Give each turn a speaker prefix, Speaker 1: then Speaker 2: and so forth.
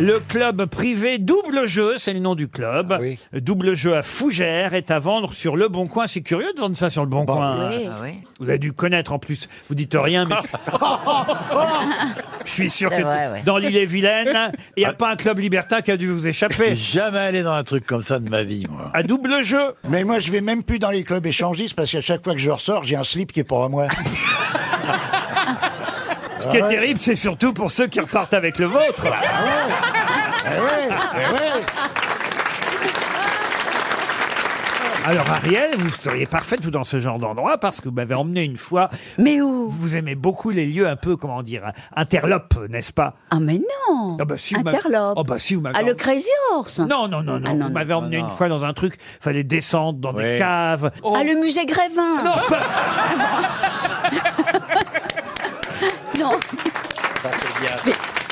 Speaker 1: Le club privé Double Jeu, c'est le nom du club. Double Jeu à Fougères est à vendre sur Le Bon Coin. C'est curieux de vendre ça sur Le Bon Coin.
Speaker 2: oui. Ah
Speaker 1: Vous avez dû connaître en plus. Vous dites rien, mais je suis sûr que
Speaker 2: C'est vrai, ouais.
Speaker 1: dans l'île et Vilaine, il n'y a pas un club libertin qui a dû vous échapper.
Speaker 3: Jamais allé dans un truc comme ça de ma vie, moi.
Speaker 1: À double jeu.
Speaker 4: Mais moi, je vais même plus dans les clubs échangistes parce qu'à chaque fois que je ressors, j'ai un slip qui est pas à moi.
Speaker 1: Ce qui est terrible, c'est surtout pour ceux qui repartent avec le vôtre. Alors Ariel, vous seriez parfaite vous dans ce genre d'endroit parce que vous m'avez emmené une fois.
Speaker 5: Mais où
Speaker 1: Vous aimez beaucoup les lieux un peu comment dire interlopes, n'est-ce pas
Speaker 5: Ah mais non
Speaker 1: Ah bah si, vous m'avez-
Speaker 5: Interlope
Speaker 1: Ah bah si, vous m'avez
Speaker 5: Ah, le
Speaker 1: emmené-
Speaker 5: Crazy Horse
Speaker 1: Non non non non,
Speaker 5: Ah, non,
Speaker 1: vous
Speaker 5: non.
Speaker 1: m'avez emmené
Speaker 3: non.
Speaker 1: une fois dans un truc, fallait descendre dans des
Speaker 3: Oui.
Speaker 1: caves.
Speaker 5: Ah, le musée Grévin
Speaker 1: Non, enfin,
Speaker 5: Non.